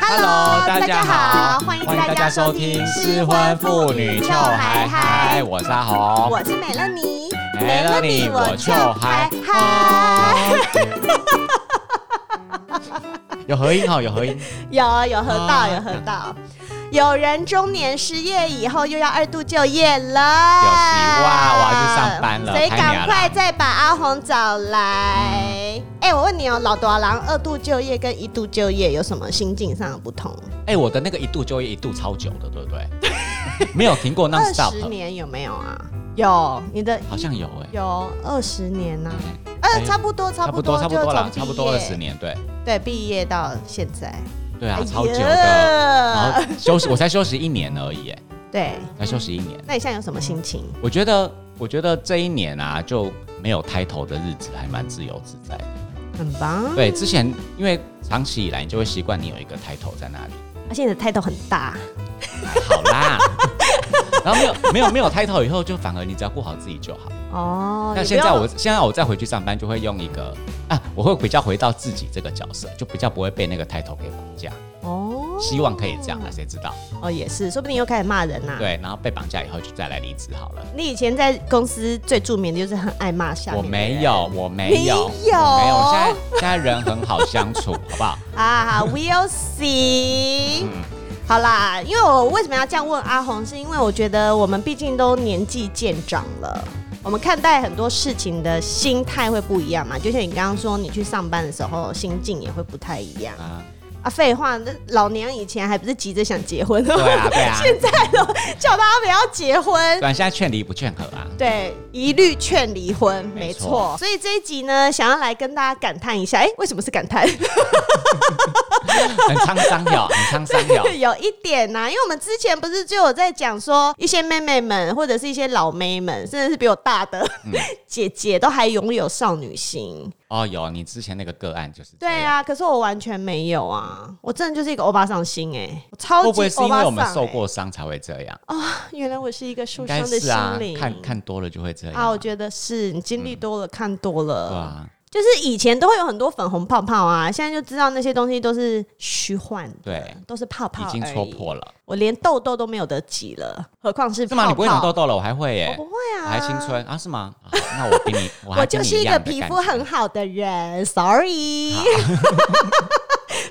Hello，大家好，欢迎欢迎大家收听《失婚妇女俏嗨嗨》，我是阿红，我是美乐妮，没了你我就嗨嗨，哦有合音哈，有合音，有有合到啊有合到，有人中年失业以后又要二度就业了，有希哇我要去上班了啊所以太娘赶了快再把阿红找嗯来。哎、我问你哦，老多郎二度就业跟一度就业有什么心境上的不同？哎、我的那个一度就业一度超久的，对不 对？没有停过 non 二 stop，十年有没有啊？有，你的好像有哎、有二十年呐、哎呃，差不多，差差不不多，多，差不多啦，就从差不毕多业二十，年，对，对，毕业到现在，对哎啊，呀超久 的。然后休息，我才休息一年而已，哎，对，才休息一年。那你现在有什么心情？我觉得，我觉得这一年啊，就没有开头的日子还蛮自由自在的。很棒，对，之前因为长期以来，你就会习惯你有一个抬头在那里，而啊且你的态度很大，还好 啦。然后没有没有没有抬头以后，就反而你只要顾好自己就好。哦，但你不现用在我现在我再回去上班，就会用一个啊，我会比较回到自己这个角色，就比较不会被那个抬头给绑架。哦希望可以这样啊，谁知道？哦也是，说不定又开始骂人啦。，对，然后被绑架以后就再来离职好了。你以前在公司最著名的就是很爱骂下面我的人没有，我没有，你有我没有。现在现在人很好相处，好不好？啊，We'll see。好啦，因为我为什么要这样问阿红，是因为我觉得我们毕竟都年纪渐长了，我们看待很多事情的心态会不一样嘛。就像你刚刚说，你去上班的时候心境也会不太一样啊，啊。废话，那老娘以前还不是急着想结婚对啊，对啊。现在都叫大家不要结婚，短现在劝离 不劝和啊。 对，一律劝离婚，没没错错。所以这一集呢，想要来跟大家感叹一下，哎、为什么是感叹？很沧桑 哟，很沧桑哟。有一点啊呐、因为我们之前不是就有在讲说，一些妹妹们或者是一些老妹们，甚至是比我大的、嗯 姐姐，都还拥有少女心。哦，有你之前那个个案就是这对样，啊，可是我完全没有啊，我真的就是一个欧巴上心哎、我超级会欧巴不会是因为我们桑欸受过伤才会这样？啊？原来我是一个受应伤该的是心啊灵、，看看多了就会这样啊，我觉得是你经历多了，看多了，对啊，就是以前都会有很多粉红泡泡啊，现在就知道那些东西都是虚幻的，对，都是泡泡已而已，经戳破了。我连痘痘都没有得挤了，何况是是泡吗？泡你不会长痘痘了，我还会耶我，不会啊，我还青。春啊？是吗？啊那我比你，我我还就跟你是一样个的皮感肤觉很好的人，sorry。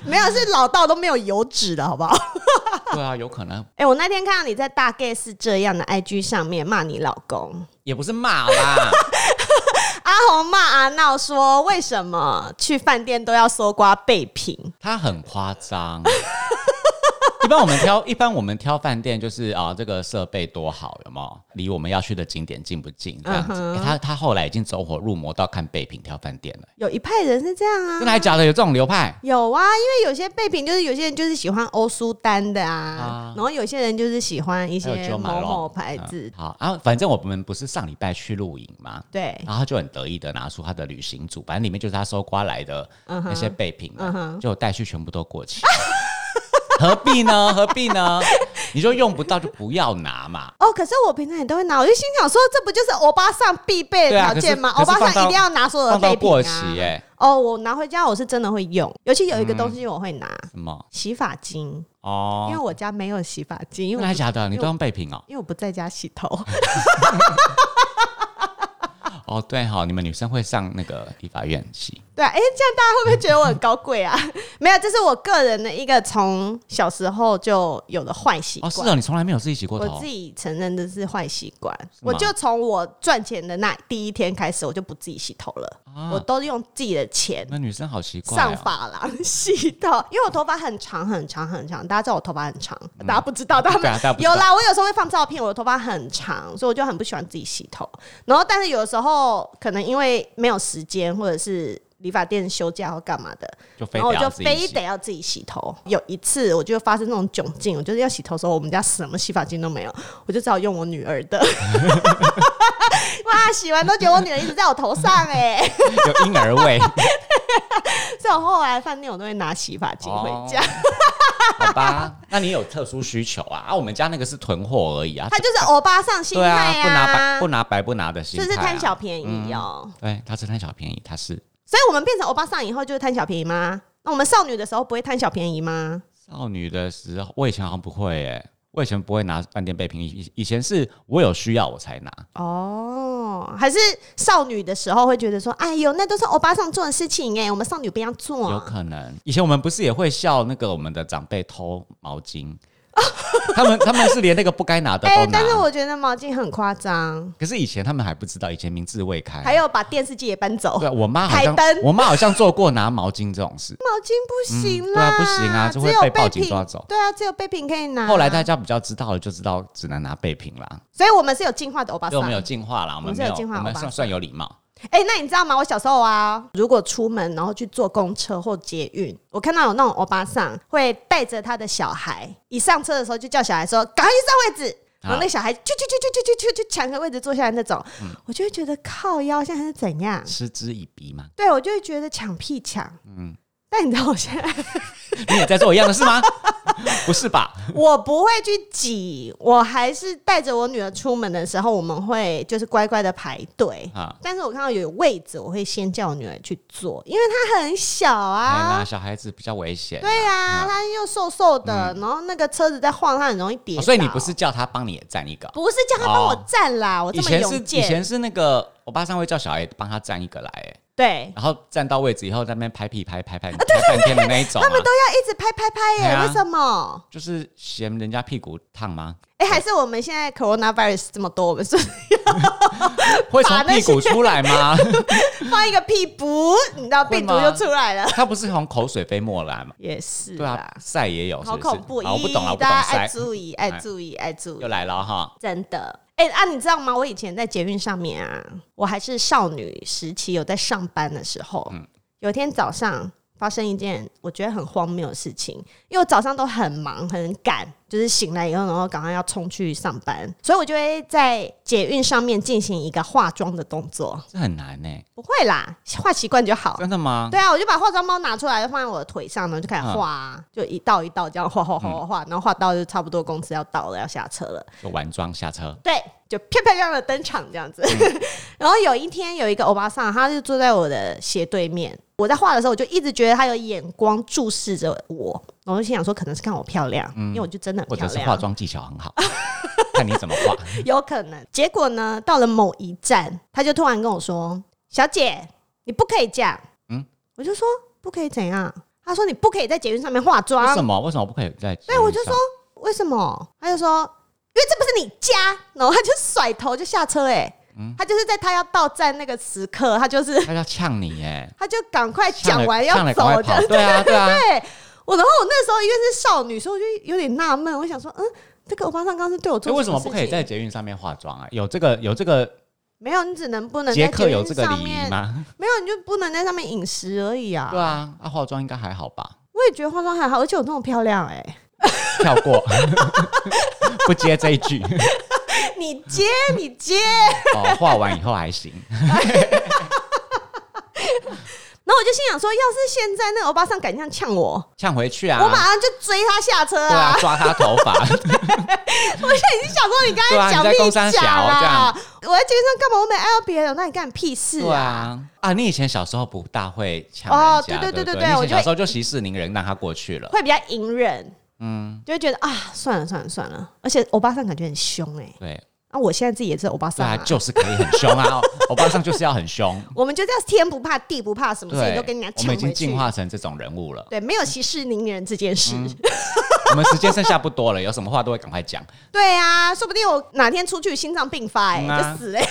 没有，是老到都没有油脂了，好不好？ 对啊，有可能哎、我那天看到你在大概是这样的 IG 上面骂你老公也不是骂啦，阿红骂阿闹说，为什么去饭店都要搜刮备品？他很夸张。 一般我们挑，一般我们挑饭店就是啊，这个设备多好，有没有？离我们要去的景点近不近？这样子。嗯哼欸他他后来已经走火入魔到看备品挑饭店了，有一派人是这样真啊，的还假的？有这种流派？有啊，因为有些备品就是有些人就是喜欢欧舒丹的啊啊，然后有些人就是喜欢一还有些 Jo 某 Malone 某牌子嗯，好啊，反正我们不是上礼拜去露营嘛，对，然后他就很得意的拿出他的旅行组，反正里面就是他搜刮来的那些备品嗯啊哼，就带去全部都过期， 何必呢？何必呢？你就用不到就不要 拿嘛。哦，可是我平常也都会拿，我就心想说，这不就是欧巴上必备的对啊条件吗？可欧是可巴是上放到一定要拿所有的放备到品啊。过期哎耶、哦，我拿回家我是真的会用，尤其有一个东嗯西我会拿、什么？洗发精，因为哦，我家没有洗发精，因真为的我还假的？你都用备品哦？因为我不在家洗头， 哦，对哈、你们女生会上那个理发院洗，对啊，哎、这样大家会不会觉得我很高贵啊？ 没有，这是我个人的一个从小时候就有的坏习哦，是惯。哦，你从来没有自己洗过我头自，己承认的是坏习惯，是我吗就从我赚钱的那第一天开始，我就不自己洗头了，啊我都用自己的钱你们女生好奇怪、哦。上发廊 洗头，因为我头发很长很长很长，大家知道我头发很长，大家不知道，他嗯对啊大家们不知有道啦，我有时候会放照片，我的头发很长，所以我就很不喜欢自己洗头。然后，但是有时候可能因为没有时间，或者是理发店休假或干嘛的，就非然后我得就要自己非洗得要自己洗头。有一次，我就发生那种窘境，我就是要洗头的时候，我们家什么洗发精都没有，我就只好用我女儿 的。哇，洗完都觉得我女儿一直在我头上哎、有婴儿 味，所以我后来饭店我都会拿洗发精回家。好吧？那你有特殊需求啊？啊，我们家那个是囤货而已啊， 他就是欧巴上心对啊，态不拿白不拿拿白不拿的心就态、啊，是贪小便宜哦、对，他是贪小便宜，他是所以我们变成欧巴上以后就是贪小便宜吗？那我们少女的时候不会贪小便宜吗？少女的时候，我以前好像不会耶、我以前不会拿饭店备品，以以前是我有需要我才拿。哦，还是少女的时候会觉得说，哎呦，那都是欧巴桑做的事情哎，我们少女不要做有啊。可能。以前我们不是也会笑那个我们的长辈偷毛巾， 他们他们是连那个不该拿的哎、都拿。但是我觉得毛巾很夸张，可是以前他们还不知道，以前明智未开。还有把电视机也搬走，对，我妈好台像灯我妈好像做过拿毛巾这种 事。毛巾不行对啦，啊不行啊这会只有被报品警抓走对啊，只有备品可以拿。后来大，家比较知道了，就知道只能拿备品啦。所以我们是有进化的欧巴所以我桑们。有进化啦，我我们们是没有有，进化我好们吧算算有礼貌。哎、那你知道吗？我小时候啊，如果出门然后去坐公车或捷运，我看到有那种欧巴桑会带着他的小孩，一上车的时候就叫小孩说：“赶快去上位置。”然后那小孩去去去去去去去去抢个位置坐下来那种，我就会觉得靠腰现在是怎样？嗤之以鼻嘛，对我就会觉得抢屁抢。嗯，但你知道我现在你也在做一样的 事吗？不是吧？我不会去挤，我还是带着我女儿出门的时候，我们会就是乖乖的排队。啊，但是我看到有位置，我会先叫我女儿去坐，因为她很小哎啊啦，。小孩子比较危险。对啊，她又瘦瘦的，然后那个车子在晃，她很容易跌嗯哦倒、所以你不是叫他帮你也站一个？不是叫她帮我哦站啦？我以这么前有是以前见，是那个我爸上会叫小孩帮他站一个来、哎对然后站到位置以后在那边拍屁拍拍拍啊拍半天的那一种、啊，他们都要一直拍拍拍耶、对啊为什么？就是嫌人家屁股 烫吗？哎、还是我们现在 coronavirus 这么多，我们 是不是会从屁股出来吗？ 放一个屁股，你知道会病毒吗就出来了。它不是从口水飞沫来吗？也是对啦，啊，晒也有，是好不是恐怖！好我不懂了，咦啊我不懂大哎家爱晒。注意，爱注意，爱注又意，来了哈，真的。哎、啊，你知道吗？我以前在捷运上面啊，我还是少女时期，有在上班的时候，有一天早上发生一件我觉得很荒谬的事情，因为我早上都很忙很赶，就是醒来以后，然后赶快要冲去上班，所以我就会在捷运上面进行一个化妆的动作。这很难呢、不会啦，化习惯就好。真的吗？对啊，我就把化妆包拿出来，放在我的腿上，然后就开始画、啊，就一道一道这样画画画画画，然后画到就差不多公司要到了，要下车了，就完妆下车，对，就漂漂亮亮的登场这样子。 然后有一天有一个欧巴桑，他就坐在我的斜对面，我在画的时候，我就一直觉得他有眼光注视着我，然后就心想说可能是看我漂亮，因为我就真的嗯或很漂者是亮，化妆技巧 很好，看你怎么化。有可能。结果呢，到了某一站，他就突然跟我说：“小姐，你不可以这样。”嗯嗯，我就说不可以怎样？他说你不可以在捷运上面化为什妆。么？为什么不可以在？对，我就嗯说为什么？他就说因为这不是你家，然后他就甩头就下车、欸。嗯他就是在他要到站那个时刻，他就是 他要呛你哎、他就赶快讲完要呛了走呛了赶快这样 跑对啊对啊对，我然后我那时候因为是少女，所以我就有点纳闷，我想说，嗯，这个欧巴桑刚刚是对我所做哎以为什什么么不可以事情在捷运上面化妆啊？有这个有这个没有，你只能不能捷在克捷有运这个上礼面仪吗？没有，你就不能在上面饮食而已啊。对啊，啊化妆应该还好吧？我也觉得化妆还好，而且我这么漂亮哎、 跳过， 不接这一句。你接你接。哦，画完以后还行。然后我就心想说，要是现在那个欧巴桑敢这样呛我，呛回去啊！我马上就追他下车对啊！啊，抓他头发， 我现在已经想说，你刚对啊才讲你在屁工商讲小啊这啦样！我在街上干嘛？我没爱到别人，那你干你屁事对啊？啊，啊，你以前小时候不大会抢哦人家，对对对对不对对你以我前就小时候就息事宁人，让他过 去了。会比较隐忍，嗯，就会觉得啊，算了算了算了。而且欧巴桑感觉很凶哎、欸，对，那、我现在自己也是欧巴对桑、啊，啊。就是可以很凶啊，我爸上就是要 很凶。我们就叫天不怕地不怕，什么事情对都跟人家，我呛们回已去。经进化嗯成这种人物了。对，没有息事宁人这件事。我们时间剩下不多了，有什么话都会赶快讲。对啊，说不定我哪天出去心脏病发、欸，嗯啊就死嘞、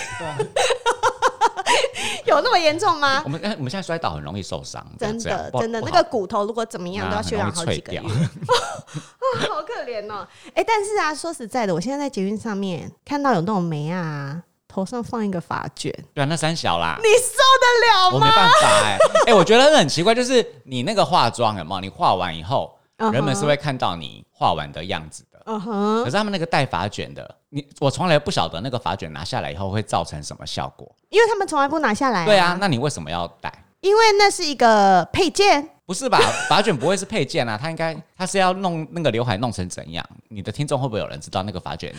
有那么严重吗？我们哎我们现在摔倒很容易受伤，不要真这样的，不真的，不那好个骨头如果怎么样啊都要休养好几个月，很容易脆 好可怜哦。哎，但是啊，说实在的，我现在在捷运上面看到有那种梅啊，头上放一个发卷， 对啊，那三小啦，你受得了我吗？没办法哎、哎、我觉得很奇怪，就是你那个化妆有没有？你化完以后嗯哼人们是会看到你化完的样子的。嗯哼，可是他们那个戴发卷的，你我从来不晓得那个发卷拿下来以后会造成什么效果。因为他们从来不拿下来、对啊，，那你为什么要戴？因为那是一个配件。不是吧？发卷不会是配件啊，它应该它是要弄那个刘海弄成怎样？你的听众会不会有人知道那个发卷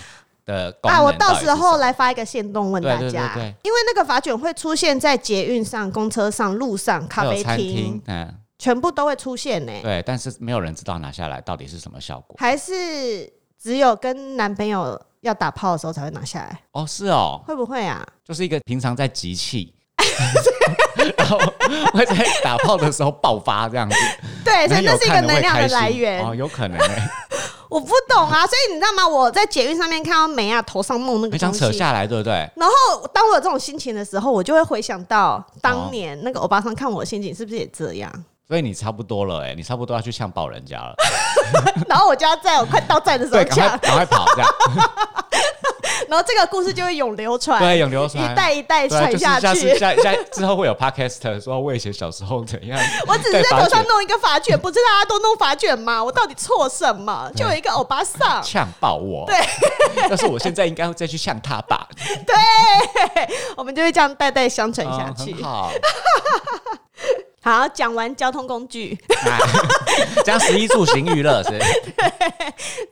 的功能？啊，我到时候。来发一个线动问大家，对对对对因为那个发卷会出现在捷运上、公车上、路上、咖还啡有餐厅厅，，嗯，全部都会出现呢、对，但是没有人知道拿下来到底是什么效果。还是只有跟男朋友要打炮的时候才会拿下来？哦，是哦，会不会啊？就是一个平常在集气， 然后会在打炮的时候爆发 这样子，对，所以男那友是一个看了能会量开的心来源。哦，有可 能哎，我不懂啊，所以你知道吗？我在捷运上面看到美亚头上弄那个很想东扯西，下来，对不对？然后当我有这种心情的时候，我就会回想到当年那个欧巴桑看我的心情是不是也这 样？所以你差不多了哎，你差不多要去呛爆人家 了，然后我就要在我快到站的时候 对，赶讲快，赶快跑 这样，然后这个故事就会永流传，对，永流传一。代一代对啊，就传是下下去。次下下之后会有 podcast 说我以前小时候怎样， 我只是对在发头上觉弄一个发卷，不是大家都弄发卷吗？我到底错什么？对就有一个欧巴 桑，呛爆我，对， 但是我现在应该会再去呛他 吧，我们就会这样代代相传下嗯去。很好。好，讲完交通工具，啊 讲食衣住行娱乐是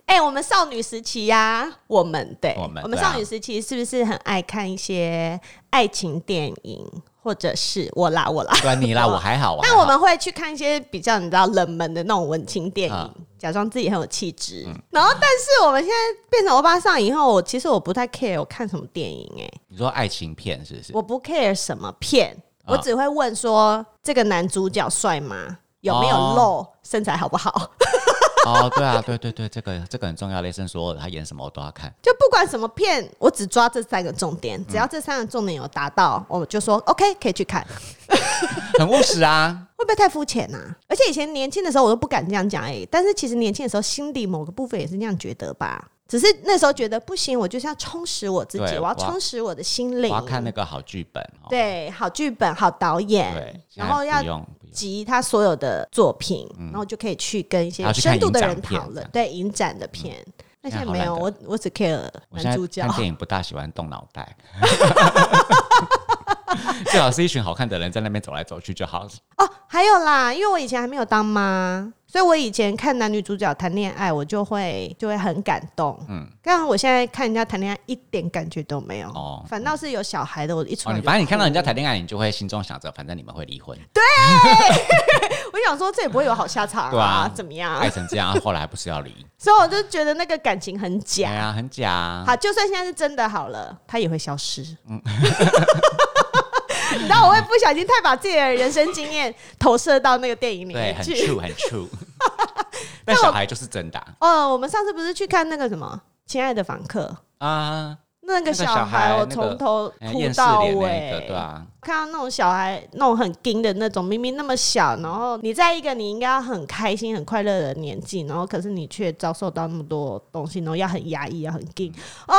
哎、我们少女时期呀、我们对，我们我们对啊少女时期是不是很爱看一些爱情电影，或者是我啦我啦？端你啦，我还好啊。那我们会去看一些比较你知道冷门的那种文青电影，啊假装自己很有气质。嗯然后，但是我们现在变成欧巴桑以后，我其实我不太 care 我看什么电影、哎，你说爱情片是不是？我不 care 什么片，啊我只会问说这个男主角帅吗？有没有哦露？身材好不好？哦，对啊，对对对，这个这个很重要。雷森说他演什么我都要看。就不管什么片，我只抓这三个重点，嗯只要这三个重点有达到，我就说 OK 可以去看。很务实啊。会不会太肤浅啊？而且以前年轻的时候我都不敢这样讲哎、但是其实年轻的时候心里某个部分也是那样觉得吧。只是那时候觉得不行，我就是要充实我自己，对我要我要充实我的心我灵。要看那个好剧本。哦对，好剧本、好导对演，，现然在后要不用不用集他所有的作品，然后就可以去跟一些还要去看深度的影展人片讨这论样，对影展的片。那现在现在好没有，懒得我我只 care 我现男主在角看。电影不大喜欢动脑袋， 最好是一群好看的人在那边走来走去就好。哦，还有啦，因为我以前还没有当妈，所以我以前看男女主角谈恋爱，我就会就会很感动。嗯，但我现在看人家谈恋爱一点感觉都没有，哦反倒是有小孩的，我一出哦，来你就反正你看到人家哭，谈恋爱，你就会心中想着，反正你们会离婚，我想说这也不会有好下场对啊怎么样爱？成这样，后来还不是要离？所以我就觉得那个感情很对假。啊，很假啊。好，就算现在是真的好了，它也会消失。嗯。 你知道我会不小心太把自己的人生经验投射到那个电影里对，面很去。 true，很 true。但小孩就是真的啊哦，我们上次不是去看那个什么《亲爱的房客》？啊，那个那个小小孩，孩我那从个头哎哭厌世到欸脸那一个，尾。对啊，看到那种小孩，那种很硬的那种，明明那么小，然后你在一个你应该要很开心、很快乐的年纪，然后可是你却遭受到那么多东西，然后要很压抑，要很硬哦，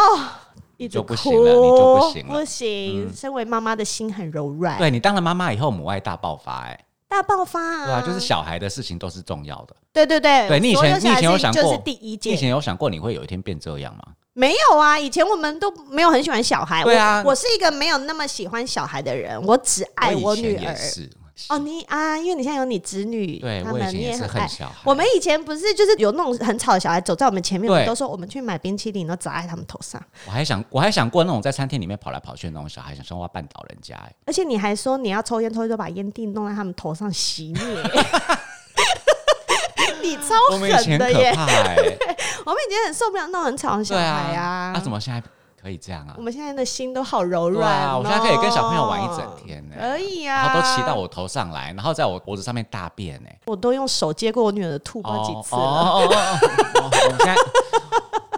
一直嗯就哭，不行了你就不行了嗯不行身为妈妈的心很柔软，对你当了妈妈以后，母爱大爆发，哎，大爆发啊！对啊，就是小孩的事情都是重要的。对对对，对你以所有前你以小前孩有子想就是过第一你以件，前有想过你会有一天变这样吗？没有啊，以前我们都没有很喜欢小孩。对啊我，我是一个没有那么喜欢小孩的人，我只爱我以女前也儿。是，哦，你啊，因为你现在有你侄女，对他我以们前你也是很恨爱。小孩。我们以前不是就是有那种很吵的小孩走在我们前面，我们对都说我们去买冰淇淋，都砸在他们头上。我还想我还想过那种在餐厅里面跑来跑去的那种小孩，想说我要绊倒人家，哎，而且你还说你要抽烟，抽烟就把烟蒂弄在他们头上熄 灭。你超我们以狠前的很可耶！怕， 哎，我们以前很受不了那种很吵的小对孩啊，那怎么？么现在可以这样啊我？们现在的心都好柔对软、啊哦。我现在可以跟小朋友玩一整天呢欸可以啊，然后都骑到我头上来，然后在我脖子上面大便，哎，我都用手接过我女儿的吐不知道几次了，哦哦哦哦哦我们现在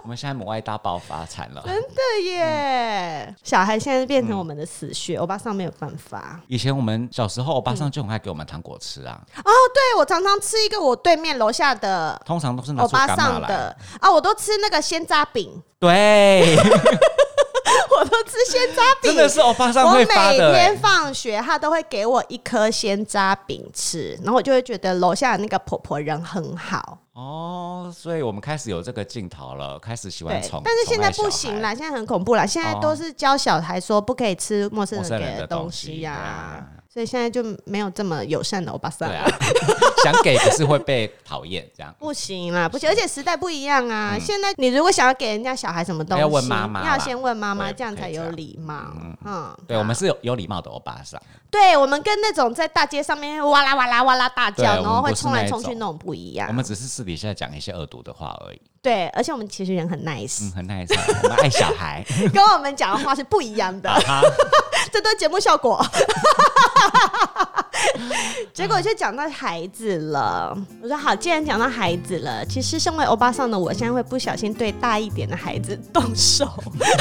我们现在母爱大爆发，惨了。真的耶！嗯小孩现在变成我们的死穴，欧巴桑没有办法。以前我们小时候，我爸上就很爱给我们糖果吃啊，对我常常吃一个我对面楼下的通常都是拿欧出巴干妈桑来。的啊，我都吃那个鲜扎饼， 对，我都吃鲜扎饼真。的是欧巴我桑会发每的、欸天。放学，他都会给我一颗鲜扎饼吃，然后我就会觉得楼下的那个婆婆人很好。哦，所以我们开始有这个镜头了，开始喜欢对宠，，但是现在宠不爱小孩行啦，现在很恐怖啦，现在哦都是教小孩说不可以吃陌生陌人生给人的的东西西呀、啊所所以现在就没有这么友善的欧巴桑对了。啊，想给可是会被讨厌这样。不行啦，不行，而且时代不一样啊。现在你如果想要给人家小孩什么东西，嗯要问妈妈要啦先问妈妈，对这样才可以这有样礼貌。嗯，对，好我们是有有礼貌的欧巴桑，对我们跟那种在大街上面哇啦哇啦哇啦大叫，对然我们后会不是冲来那冲去种那种不一样我。们只是私底下讲一些恶毒的话而已。对，而且我们其实人很 nice，嗯，很 nice，啊我们爱小孩。跟我们讲的话是不一样 的啊。哈这都是节目效果。 结果就讲到孩子了，我说好，既然讲到孩子了，其实身为欧巴桑的我，现在会不小心对大一点的孩子动手。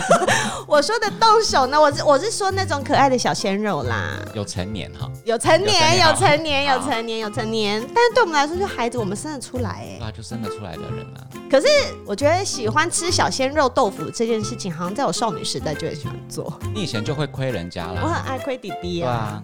我说的动手呢，我是我是说那种可爱的小鲜肉啦，有成年哈，有成年，有有成成年，年有好成年，有成年，但是对我们来说，就孩子，我们生得出来哎对。啊，就生得出来的人啊，可是我觉得喜欢吃小鲜肉豆腐这件事情，好像在我少女时代就很喜欢做，你以前就会亏人家我啦，很爱亏弟弟对啊。啊，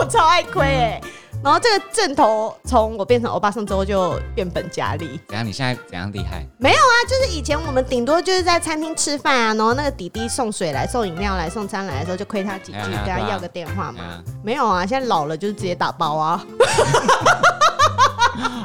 我 超爱亏哎、然后这个正头从我变成欧巴桑之后就变本加厉。怎样？你现在怎样厉害？没有啊，就是以前我们顶多就是在餐厅吃饭啊，然后那个弟弟送水来、送饮料来、送餐来的时候，就亏他几句哎，呀跟他对啊要个电话嘛。啊，没有啊，现在老了就是直接打包啊。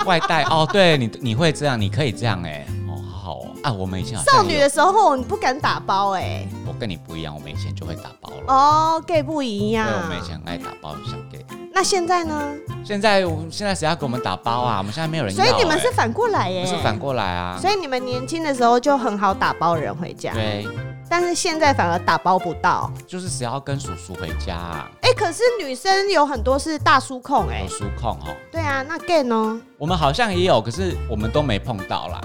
外带哦，对你你会这样，你可以这样哎，哦，好好哦，啊，我们以前好像少女有，的时候你不敢打包哎、我跟你不一样，我们以前就会打包了，哦、g a y 不一对，样。我们以前很爱打包，想给。那现在呢？现在我们现在谁要给我们打包啊？我们现在没有人所要哎、以你欸们是反过来我耶、们是反过来啊？所啊以你们年轻的时候就很好打包人回家，对，但是现在反而打包不到。就是谁要跟叔叔回家啊？哎、可是女生有很多是大叔控哎、有叔控哦，对啊，那 gay 呢？我们好像也有，可是我们都没碰到 啦。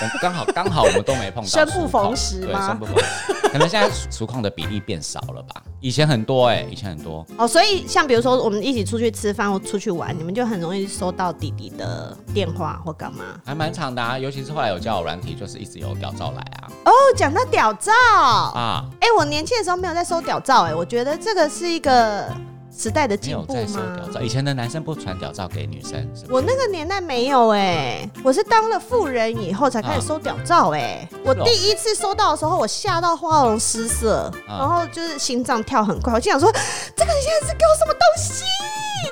我们刚好刚好我们都没碰到，生不逢时对，吗生不逢时。可能现在叔控的比例变少了吧？以前很多哎、以前很多。哦，所以像比如说我们一起出去吃饭或出去玩，你们就很容易收到弟弟的电话或干嘛。还蛮长的啊，尤其是后来有交友软体，就是一直有屌照来啊哦，讲到屌照，哎、啊，我年轻的时候没有在收屌照、哎，我觉得这个是一个时代的没进有步在收屌吗？照。以前的男生不传屌照给女生，是不是我那个年代没有哎、我是当了富人以后才开始收屌照哎、我是哦第一次收到的时候，我吓到花容失色，啊然后就是心脏跳很快，我就想说，这个人现在是给我什么东西？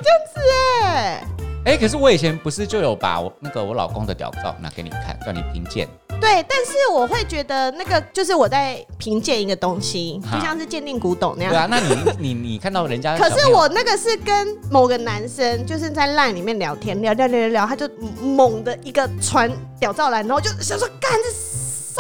这样子哎、哎、可是我以前不是就有把我那个我老公的屌照拿给你看，叫你评鉴，对，但是我会觉得那个就是我在评鉴一个东西，啊就像是鉴定古董那对样。啊，那你你你看到人家的可呃小是朋友，啊我那个是跟某个男生，就是在 LINE 里面聊天，聊聊聊聊聊，他就猛的一个传屌照来，然后我就想说，干这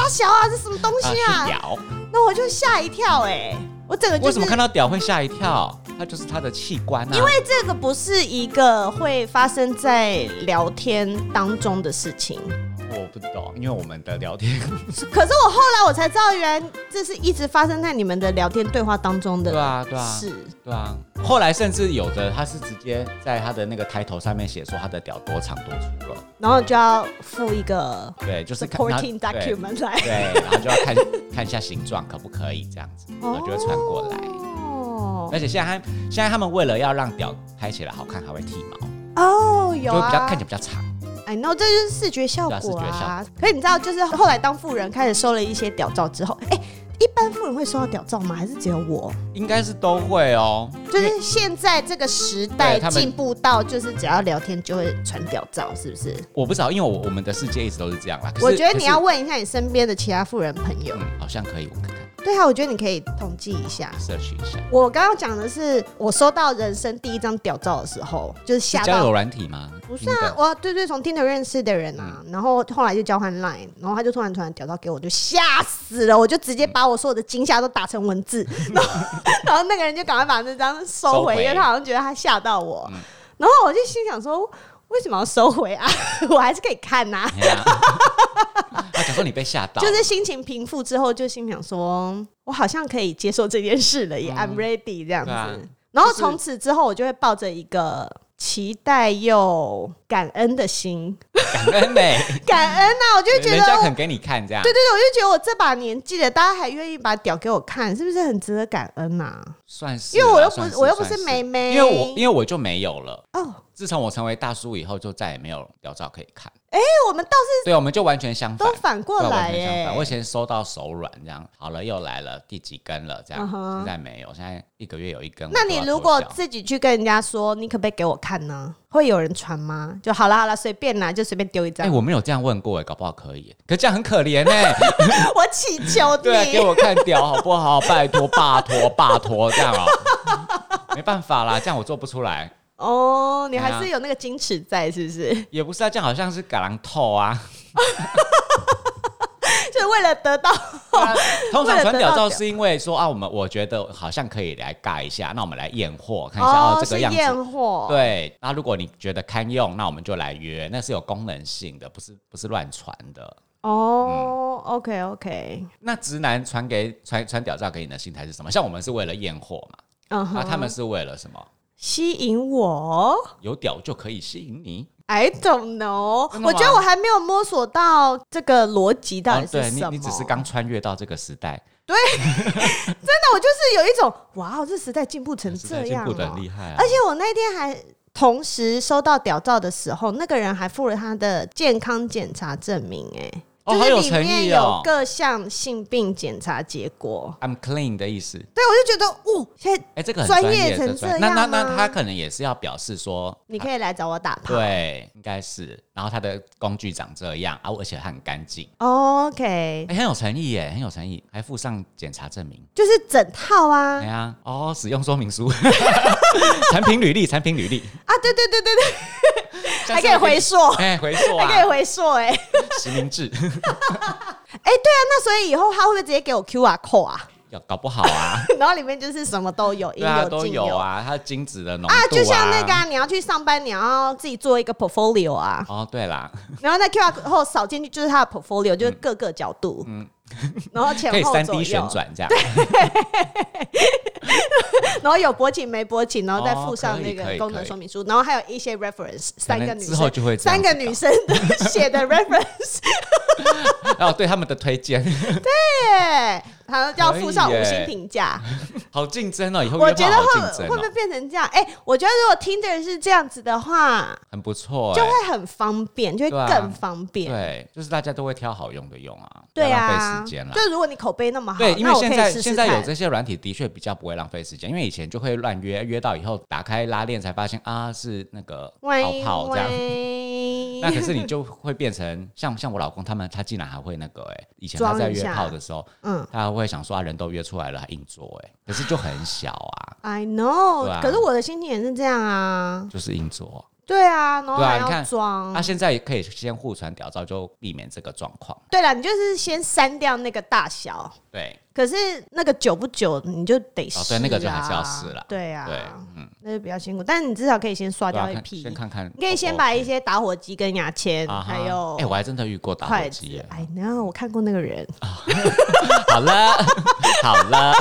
傻小啊，这什么东西啊是啊？屌，那我就吓一跳哎、我整个就为是什么看到屌会吓一跳？它就是他的器官啊，因为这个不是一个会发生在聊天当中的事情。我不懂，因为我们的 聊天可是我后来我才知道，原来这是一直发生在你们的聊天对话当中的对啊对啊事。对啊，后来甚至有的他是直接在他的那个抬头上面写说他的屌多长多粗了，然后就要附一个对，就是看他 supporting document 来，对，然后就要看 看一下形状可不可以这样子，然后就会传过来。哦而且现在他现在他们为了要让屌拍起来好看，还会剃毛，哦，有就会啊，比较看起来比较长。 I know，这就是视觉效果对啊啊。可是你知道，就是后来当富人开始收了一些屌照之后，哎、一般富人会收到屌照吗？还是只有我？应该是都会哦。就是现在这个时代对他们进步到，就是只要聊天就会传屌照，是不是？我不知道，因为我我们的世界一直都是这样啦。可是我觉得可你是要问一下你身边的其他富人朋友。嗯，好像可以，我看看对啊，我觉得你可以统计一下。 search 一下。我刚刚讲的是我收到人生第一张屌照的时候，就是是吓交到友软体吗？不是啊， Tinder 我对对，从 Tinder 认识的人啊，嗯然后后来就交换 Line，然后他就突然突然屌照给我，就吓死了，我就直接把我所有的惊吓都打成文 字，然后然后那个人就赶快把那张收收回，回嗯因为他好像觉得他吓到我，然后我就心想说，为什么要收回啊？ 我还是可以看呐、哎呀 啊，假说你被吓到，就是心情平复之后，就心想说，我好像可以接受这件事了，也、I'm ready 这样子。嗯对啊然后就是从此之后，我就会抱着一个期待又感恩的心。感恩呢，感恩呐、 我就觉得人家我，肯给你看这样对对，对，我就觉得我这把年纪了，大家还愿意把屌给我看，是不是很值得感恩呐、啊算是啦，因啊为我又算是不，我又不是，算妹妹，因为我因为我就没有了。哦，自从我成为大叔以后，就再也没有屌照可以看。哎、我们倒是对，我们就完全相反都。反过对来完全相耶反。我以前收到手软这样，好了又来了第几根了这样嗯哼现在没有，现在一个月有一根。那我不知你道如多果少自己去跟人家说，你可不可以给我看呢？会有人传吗？就好啦好啦，随便啦，就随便丢一哎、张。我没有这样问过哎，搞不好可以耶，可这样很可怜哎。 我祈求对啊，给你，我看屌好不好？拜托，拜托，拜托，这样哦、没办法啦，这样我做不出来。哦，你对还啊是有那个矜持在，是不是？也不是啊，这样好像是橄榄透啊。 就是为了得到对啊通常为了传得屌到照屌是因为说啊，我们我觉得好像可以来尬一下，那我们来验货看一下哦，哦这个是样子。验货，对，那如果你觉得堪用，那我们就来约，那是有功能性的，不是不是乱传的。嗯哦，OK OK，那直男传给传传屌照给你的心态是什么？像我们是为了验货嘛，嗯那、哼，啊他们是为了什么？吸引我。有屌就可以吸引你， I don't know，真的吗我觉得我还没有摸索到这个逻辑到底哦是对什你么。啊你只是刚穿越到这个时代，那我就是有一种哇，这时代进步成时代这进样、步的哦很厉害啊而！且我那天还同时收到屌照的时候，那个人还附了他的健康检查证明、哎、哦就好是有里诚面意有哦各项性病检查结果。 I'm clean 的意思，对，我就觉得，哦，现在哎、这个很专业业成这专这那那样啊吗那他可能也是要表示说，你可以来找我打炮。对，应该是。然后他的工具长这样啊，而且他很干净，哦，OK，哎、很有诚意耶，很有诚意，还附上检查证明。就是整套啊哎呀，哦，使用说明书、 产品履历、产品履历，啊，对对对对对，还可以下次回溯，哎、回溯还可以啊，回溯、哎。实名制 哎、对啊，那所以以后他会不会直接给我 QR code 啊？要搞不 好啊，然后里面就是什么都有，应对啊，有都尽有啊，它精子的浓度啊，就像那个、啊、你要去上班，你要自己做一个 portfolio 啊，哦，对啦，然后那 QR code 扫进去就是他的 portfolio，就是各个角度，然后前嗯可以后三左 D 旋右，转这样，然后有勃起没勃起，然后再附上哦可那以可个以功能可以说明书，然后还有一些 reference，三个能女之生后就会这样三个子女搞生的写的 reference， 然后哦对他们的推荐，耶，他要附上可以五耶星评 价。好竞争哦，以后我约觉炮得好会竞争会不会哦，变成这样？哎、我觉得如果 Tinder 是这样子的话，很不错、哎就会很方便，就会对啊更方便。对，就是大家都会挑好用的用啊，不对要啊浪费时间啦。就如果你口碑那么好，对，因那为我可现以在试试现在有看这些软体的确比较不会浪费时间，因为以前就会乱约，约到以后打开拉链才发现啊是那个泡喂泡这样。那可喂，是你就会变成像像我老公他们，他竟然还会那个哎、以前他装在一约下炮的时候，嗯他还会想说啊人都约出来了还硬做哎、可是就很小啊， ，I know、对啊可是我的心情也是这样啊，就是硬做。对啊，然后对啊还你要看装。那、现在也可以先互传屌照，就避免这个状况。对了，你就是先删掉那个大小，对，可是那个久不久你就得试、啊哦对那个就还是要试啦对啊，对嗯那就比较辛苦。但是你至少可以先刷对啊掉一看批，先看看 OK 不 OK，你可以先把一些打火机跟牙签，啊哈，还有哎、我还真的遇过打火筷机子耶。。 I know，我看过那个人。好了， 好了，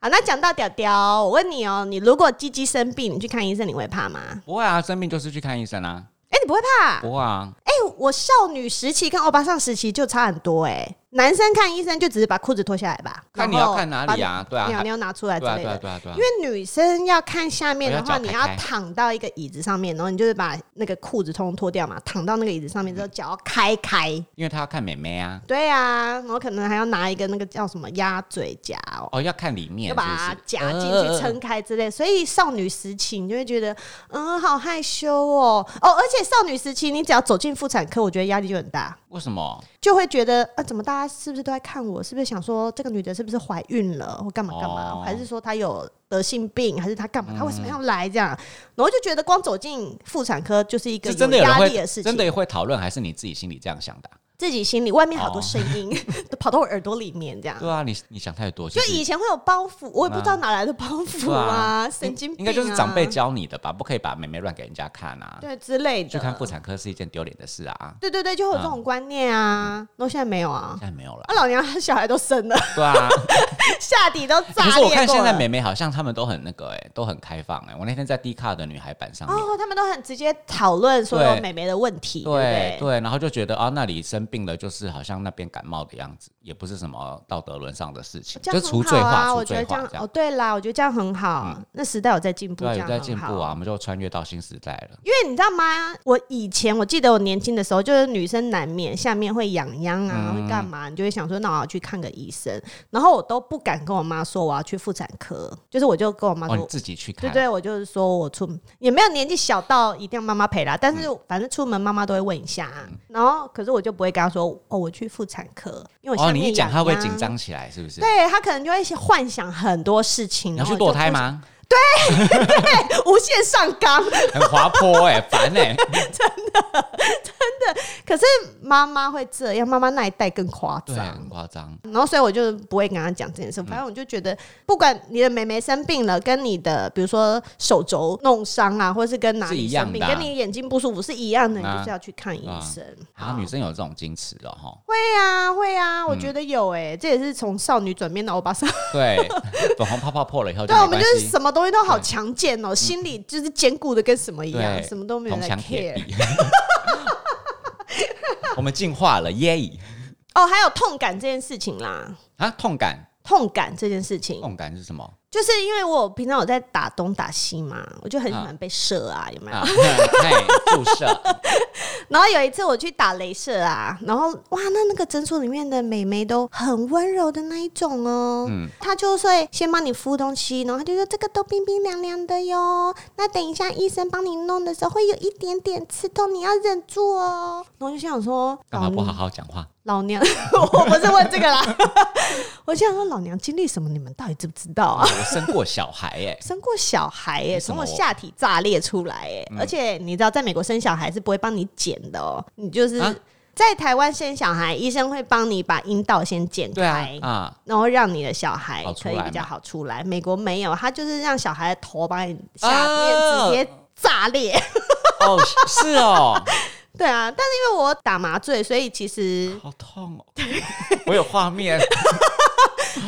好，那讲到屌屌，我问你哦，你如果鸡鸡生病，你去看医生，你会怕吗？不会啊，生病就是去看医生啊，哎、你不会怕？不会啊，哎、我少女时期跟欧巴桑时期就差很多哎、男生看医生就只是把裤子脱下来吧，看你然后要看哪里啊把对啊鸟鸟拿出来之对啊，类对啊，的。对啊，对啊因，为女生要看下面的我话，要脚你开要开躺到一个椅子上面，然后你就是把那个裤子通通脱掉嘛，躺到那个椅子上面之嗯后，脚要开开。因为他要看妹妹啊，对啊，然后可能还要拿一个那个叫什么鸭嘴夹哦，哦，要看里面要是把不它是，呃夹进去撑开之类，所以少女时期你就会觉得，嗯，好害羞哦，哦，而且少女时期你只要走进妇产科，我觉得压力就很大，为什么？就会觉得啊，怎么大家是不是都在看我？是不是想说这个女的是不是怀孕了，或干嘛干嘛？哦嗯还是说她有得性病，还是她干嘛？她为什么要来这样？然后就觉得光走进妇产科就是一个是真的有人压力会的事情，真的会讨论，还是你自己心里这样想的啊？自己心里外面好多哦声 音、都跑到我耳朵里面这样。对啊，你你想太多，就其实以前会有包袱，我也不知道哪来的包袱对啊，啊神经病、啊，应该就是长辈教你的吧，不可以把妹妹乱给人家看啊。对之类的。去看妇产科是一件丢脸的事啊，对对对，就会有这种观念啊。嗯那、现在没有啊现，在没有了 啊，。老娘小孩都生了， 对啊，下体都炸可裂是我看过现在了美眉好像她们都很那个哎，都很开放哎。我那天在 D 卡的女孩版上面，哦，他们都很直接讨论所有对哦美眉的问题，对不对对？对，然后就觉得啊，那里生病了，就是好像那边感冒的样子，也不是什么道德沦丧的事情，这就样除很罪好化，啊，除我觉得罪这化嗯样哦，对啦，我觉得这样很好。啊那时代有在进步，对啊，这样有在进步很啊，我好。们就穿越到新时代了。因为你知道吗？我以前我记得我年轻的时候，就是女生难免下面会痒痒啊，嗯会干嘛，你就会想说，那我要去看个医生。然后我都不敢跟我妈说我要去妇产科，就是我就跟我妈哦，说，你自己去对看，对，我就是说我出门也没有年纪小到一定要妈妈陪啦，但是嗯反正出门妈妈都会问一下、啊然后可是我就不会跟她说哦，我去妇产科，因为我哦，下你面一讲痒他会痒紧，张起来，是不是？对她可能就会幻想很多事情。你要去然后堕我就胎吗？ 不想？无限上纲。 很滑坡哎、烦哎、可是妈妈会这样，妈妈那一代更夸对，啊嗯张。很夸张。然后，所以我就不会跟她讲这件事。反正我就觉得，不管你的妹妹生病了，跟你的比如说手肘弄伤啊，或者是跟哪是里一样生病，的啊跟你眼睛不舒服是一样的，你啊就是要去看医啊生。啊，女生有这种矜持了哈，会啊，会啊，嗯我觉得有哎、这也是从少女转变到欧巴桑。对，粉红泡泡破了以后就对，我哦没们关就是系，嗯什么东西都好强健哦，心里就是坚固的跟什么一样，对，啊什么都没有铜在墙铁 care。壁。 我们进化了耶哦，还有痛感这件事情啦，啊，痛感，痛感这件事情，痛感是什么就是因为我平常有在打东打西嘛，我嗯就很喜欢被射啊，有没有？啊？ 嘿，注 射，然后有一次我去打镭射啊，然后哇，那那个诊所里面的美眉都很温柔的那一种哦，嗯她就会先帮你敷东西，然后她就说这个都冰冰凉凉的哟，那等一下医生帮你弄的时候会有一点点刺痛，你要忍住哦。然后我就想说，干嘛不好好讲话？老娘， 我不是问这个啦， 我就想说老娘经历什么，你们到底知不知道啊？我生过小孩 耶，生过小孩耶、为什从么嗯我我下体炸裂出来耶、而且你知道，在美国生小孩是不会帮你剪的哦、你就是、啊在台湾生小孩，医生会帮你把阴道先剪对啊开。啊，然后让你的小孩好出可来以嘛比较好出来，美国没有，他就是让小孩的头把你下面啊直接炸裂。 哦，是哦，对啊，但是因为我打麻醉，所以其实好痛哦， 我有画面，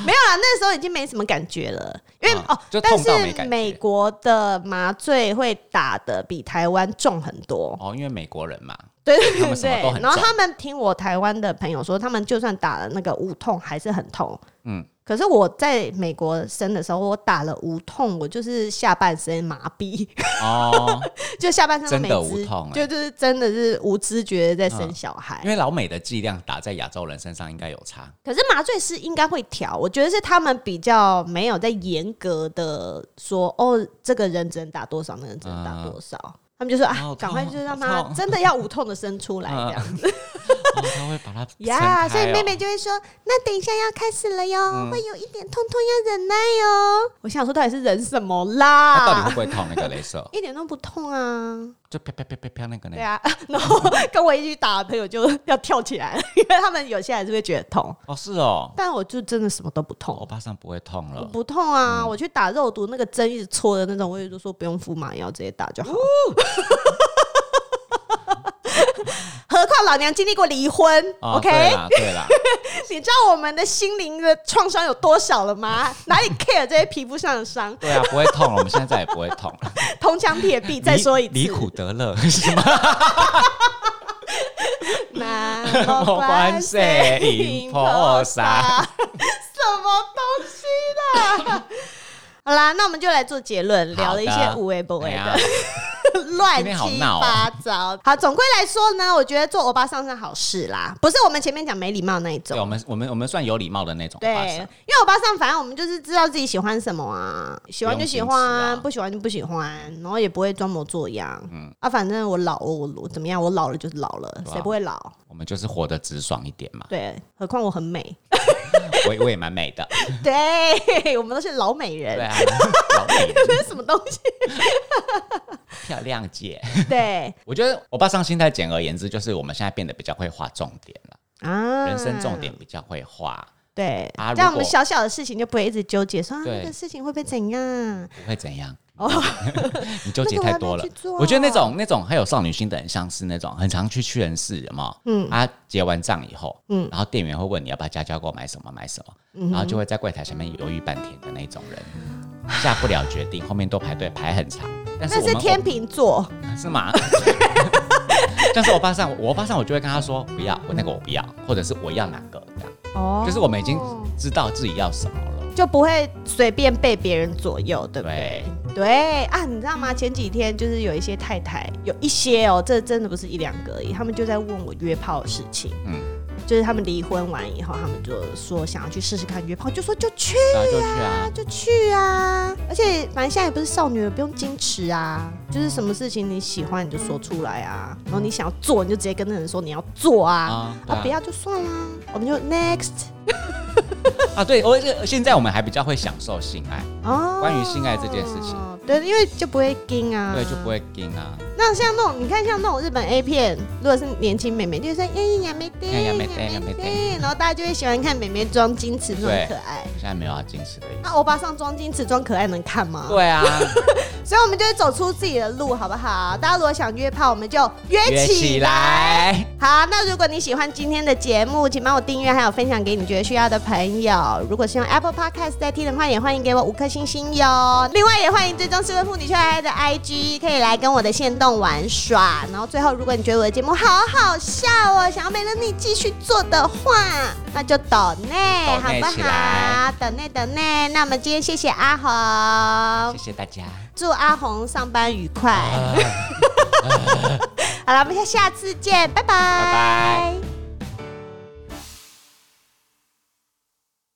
没有啦，那时候已经没什么感觉了，因为、啊哦，就但痛到没是感觉美国的麻醉会打的比台湾重很多，哦，因为美国人嘛，对对他对们什么都对。很然后重他们听我台湾的朋友说，他们就算打了那个无痛，还是很痛。嗯嗯，可是我在美国生的时候，我打了无痛，我就是下半身麻痹， 哦，就下半身都真的没知无痛欸嗯就就是真的是无知觉在生小孩。因为老美的剂量打在亚洲人身上应该有差，可是麻醉师应该会调，我觉得是他们比较没有在严格的说，哦，这个人只能打多少，那个人只能打多少。他们就说啊好，赶哦痛快就让好他痛啊真的要无痛的生出来 这样子哦，他会把它呀撑开所以妹哦嗯妹就会说，那等一下要开始了哟，会有一点痛痛要忍耐哦哟。我想说到底是忍什么它到底啦会？不会痛？那个镭射一点都不痛啊，就啪啪啪啪啪那个呢对？啊， 然后跟我一起打的朋友就要跳起来了， 因为他们有些还是会觉得痛，哦，是哦，但我就真的什么都不痛欧，巴桑不会痛我了。不痛啊，嗯我去打肉毒，那个针一直戳的那种，我也就说不用敷麻药，直接打就好。 何况老娘经历过离婚、哦 o 对 k 啦，对啦，你知道我们的心灵的创伤有多少了吗？ 哪里 care 这些皮肤上的伤？对啊，不会痛了，我们现在再也不会痛了。铜墙铁 壁， 再说一次，离 离苦得乐是什么难 莫关系引破啥？啥 什么东西 的？好啦，那我们就来做结论，聊了一些无为不哎为的。乱今天好七 闹哦八糟。好，总归来说呢，我觉得做欧巴桑是好事啦，不是我们前面讲没礼貌那一对，我种。们我们我们算有礼貌的那种欧对，巴因桑。为欧巴桑，反正我们就是知道自己喜欢什么啊，喜欢就喜不用矜欢，持啊不喜欢就不喜欢，然后也不会装模作样。嗯啊，反正我老了，我我怎么样，我老了就是老了，对啊谁不会老？我们就是活得直爽一点嘛。对，何况我很 美，我也我也蛮美的，对我们都是老美人对，啊，老美人这是什么东西？漂亮姐。对我觉得欧巴桑心态，简而言之就是我们现在变得比较会画重点了，啊，人生重点比较会画，对，啊如这样我们果小小的事情就不会一直纠结，说啊对那个事情会不会怎样？不会怎样。哦， 你纠结太多那个我还了没去。做我觉得那种那种还有少女心的人，像是那种很常去屈臣氏，有没有？嗯，啊，结完账以后，嗯，然后店员会问你要不要加价购买什么买什么，嗯然后就会在柜台前面犹豫半天的那种人，下不了决 定，后面都排队排很长。但是那我们是天秤座，是吗？但是我爸上我爸上我就会跟他说不要，我那个我不要，或者是我要哪个这样，哦就是我们已经知道自己要什么了。就不会随便被别人左右，对不对对？对啊，你知道嗯吗？前几天就是有一些太太，有一些哦，这真的不是一两个而已，他们就在问我约炮的事情。嗯嗯，就是他们离婚完以后，他们就说想要去试试看约炮，就说就去然后就去啊，就去啊！而且反正现在也不是少女了，不用矜持啊。就是什么事情你喜欢你就说出来啊，然后你想要做你就直接跟那人说你要做啊，啊对啊啊不要就算啦，我们就 next 啊，对，我这现在我们还比较会享受性爱，哦。关于性爱这件事情，对，因为就不会惊啊，对，就不。会硬啊，那像那种你看像那种日本 A 片，如果是年轻妹妹，就是说哎呀妹丁，哎呀呀妹妹丁呀妹丁，然后大家就会喜欢看妹妹装矜持装对可爱。现在没有要矜持的意思。那欧巴桑装矜持装可爱能看吗？对啊，所以我们就会走出自己的路，好不好？大家如果想约炮，我们就约约哎起起来。好，那如果你喜欢今天的节目，请帮我订阅，还有分享给你觉得需要的朋友。如果是用 Apple Podcast 在听的话，也欢迎给我五颗星星哟。另外，也欢迎追踪失婚妇女圈爱的 IG，可以来跟我的线动玩耍。然后最后，如果你觉得我的节目好好笑哦，想要美乐你继续做的话，那就抖内抖好内不起好来？抖内抖内。那我们今天谢谢阿红谢，谢大家。祝阿红上班愉快。好了，我们下下次见，拜拜。拜拜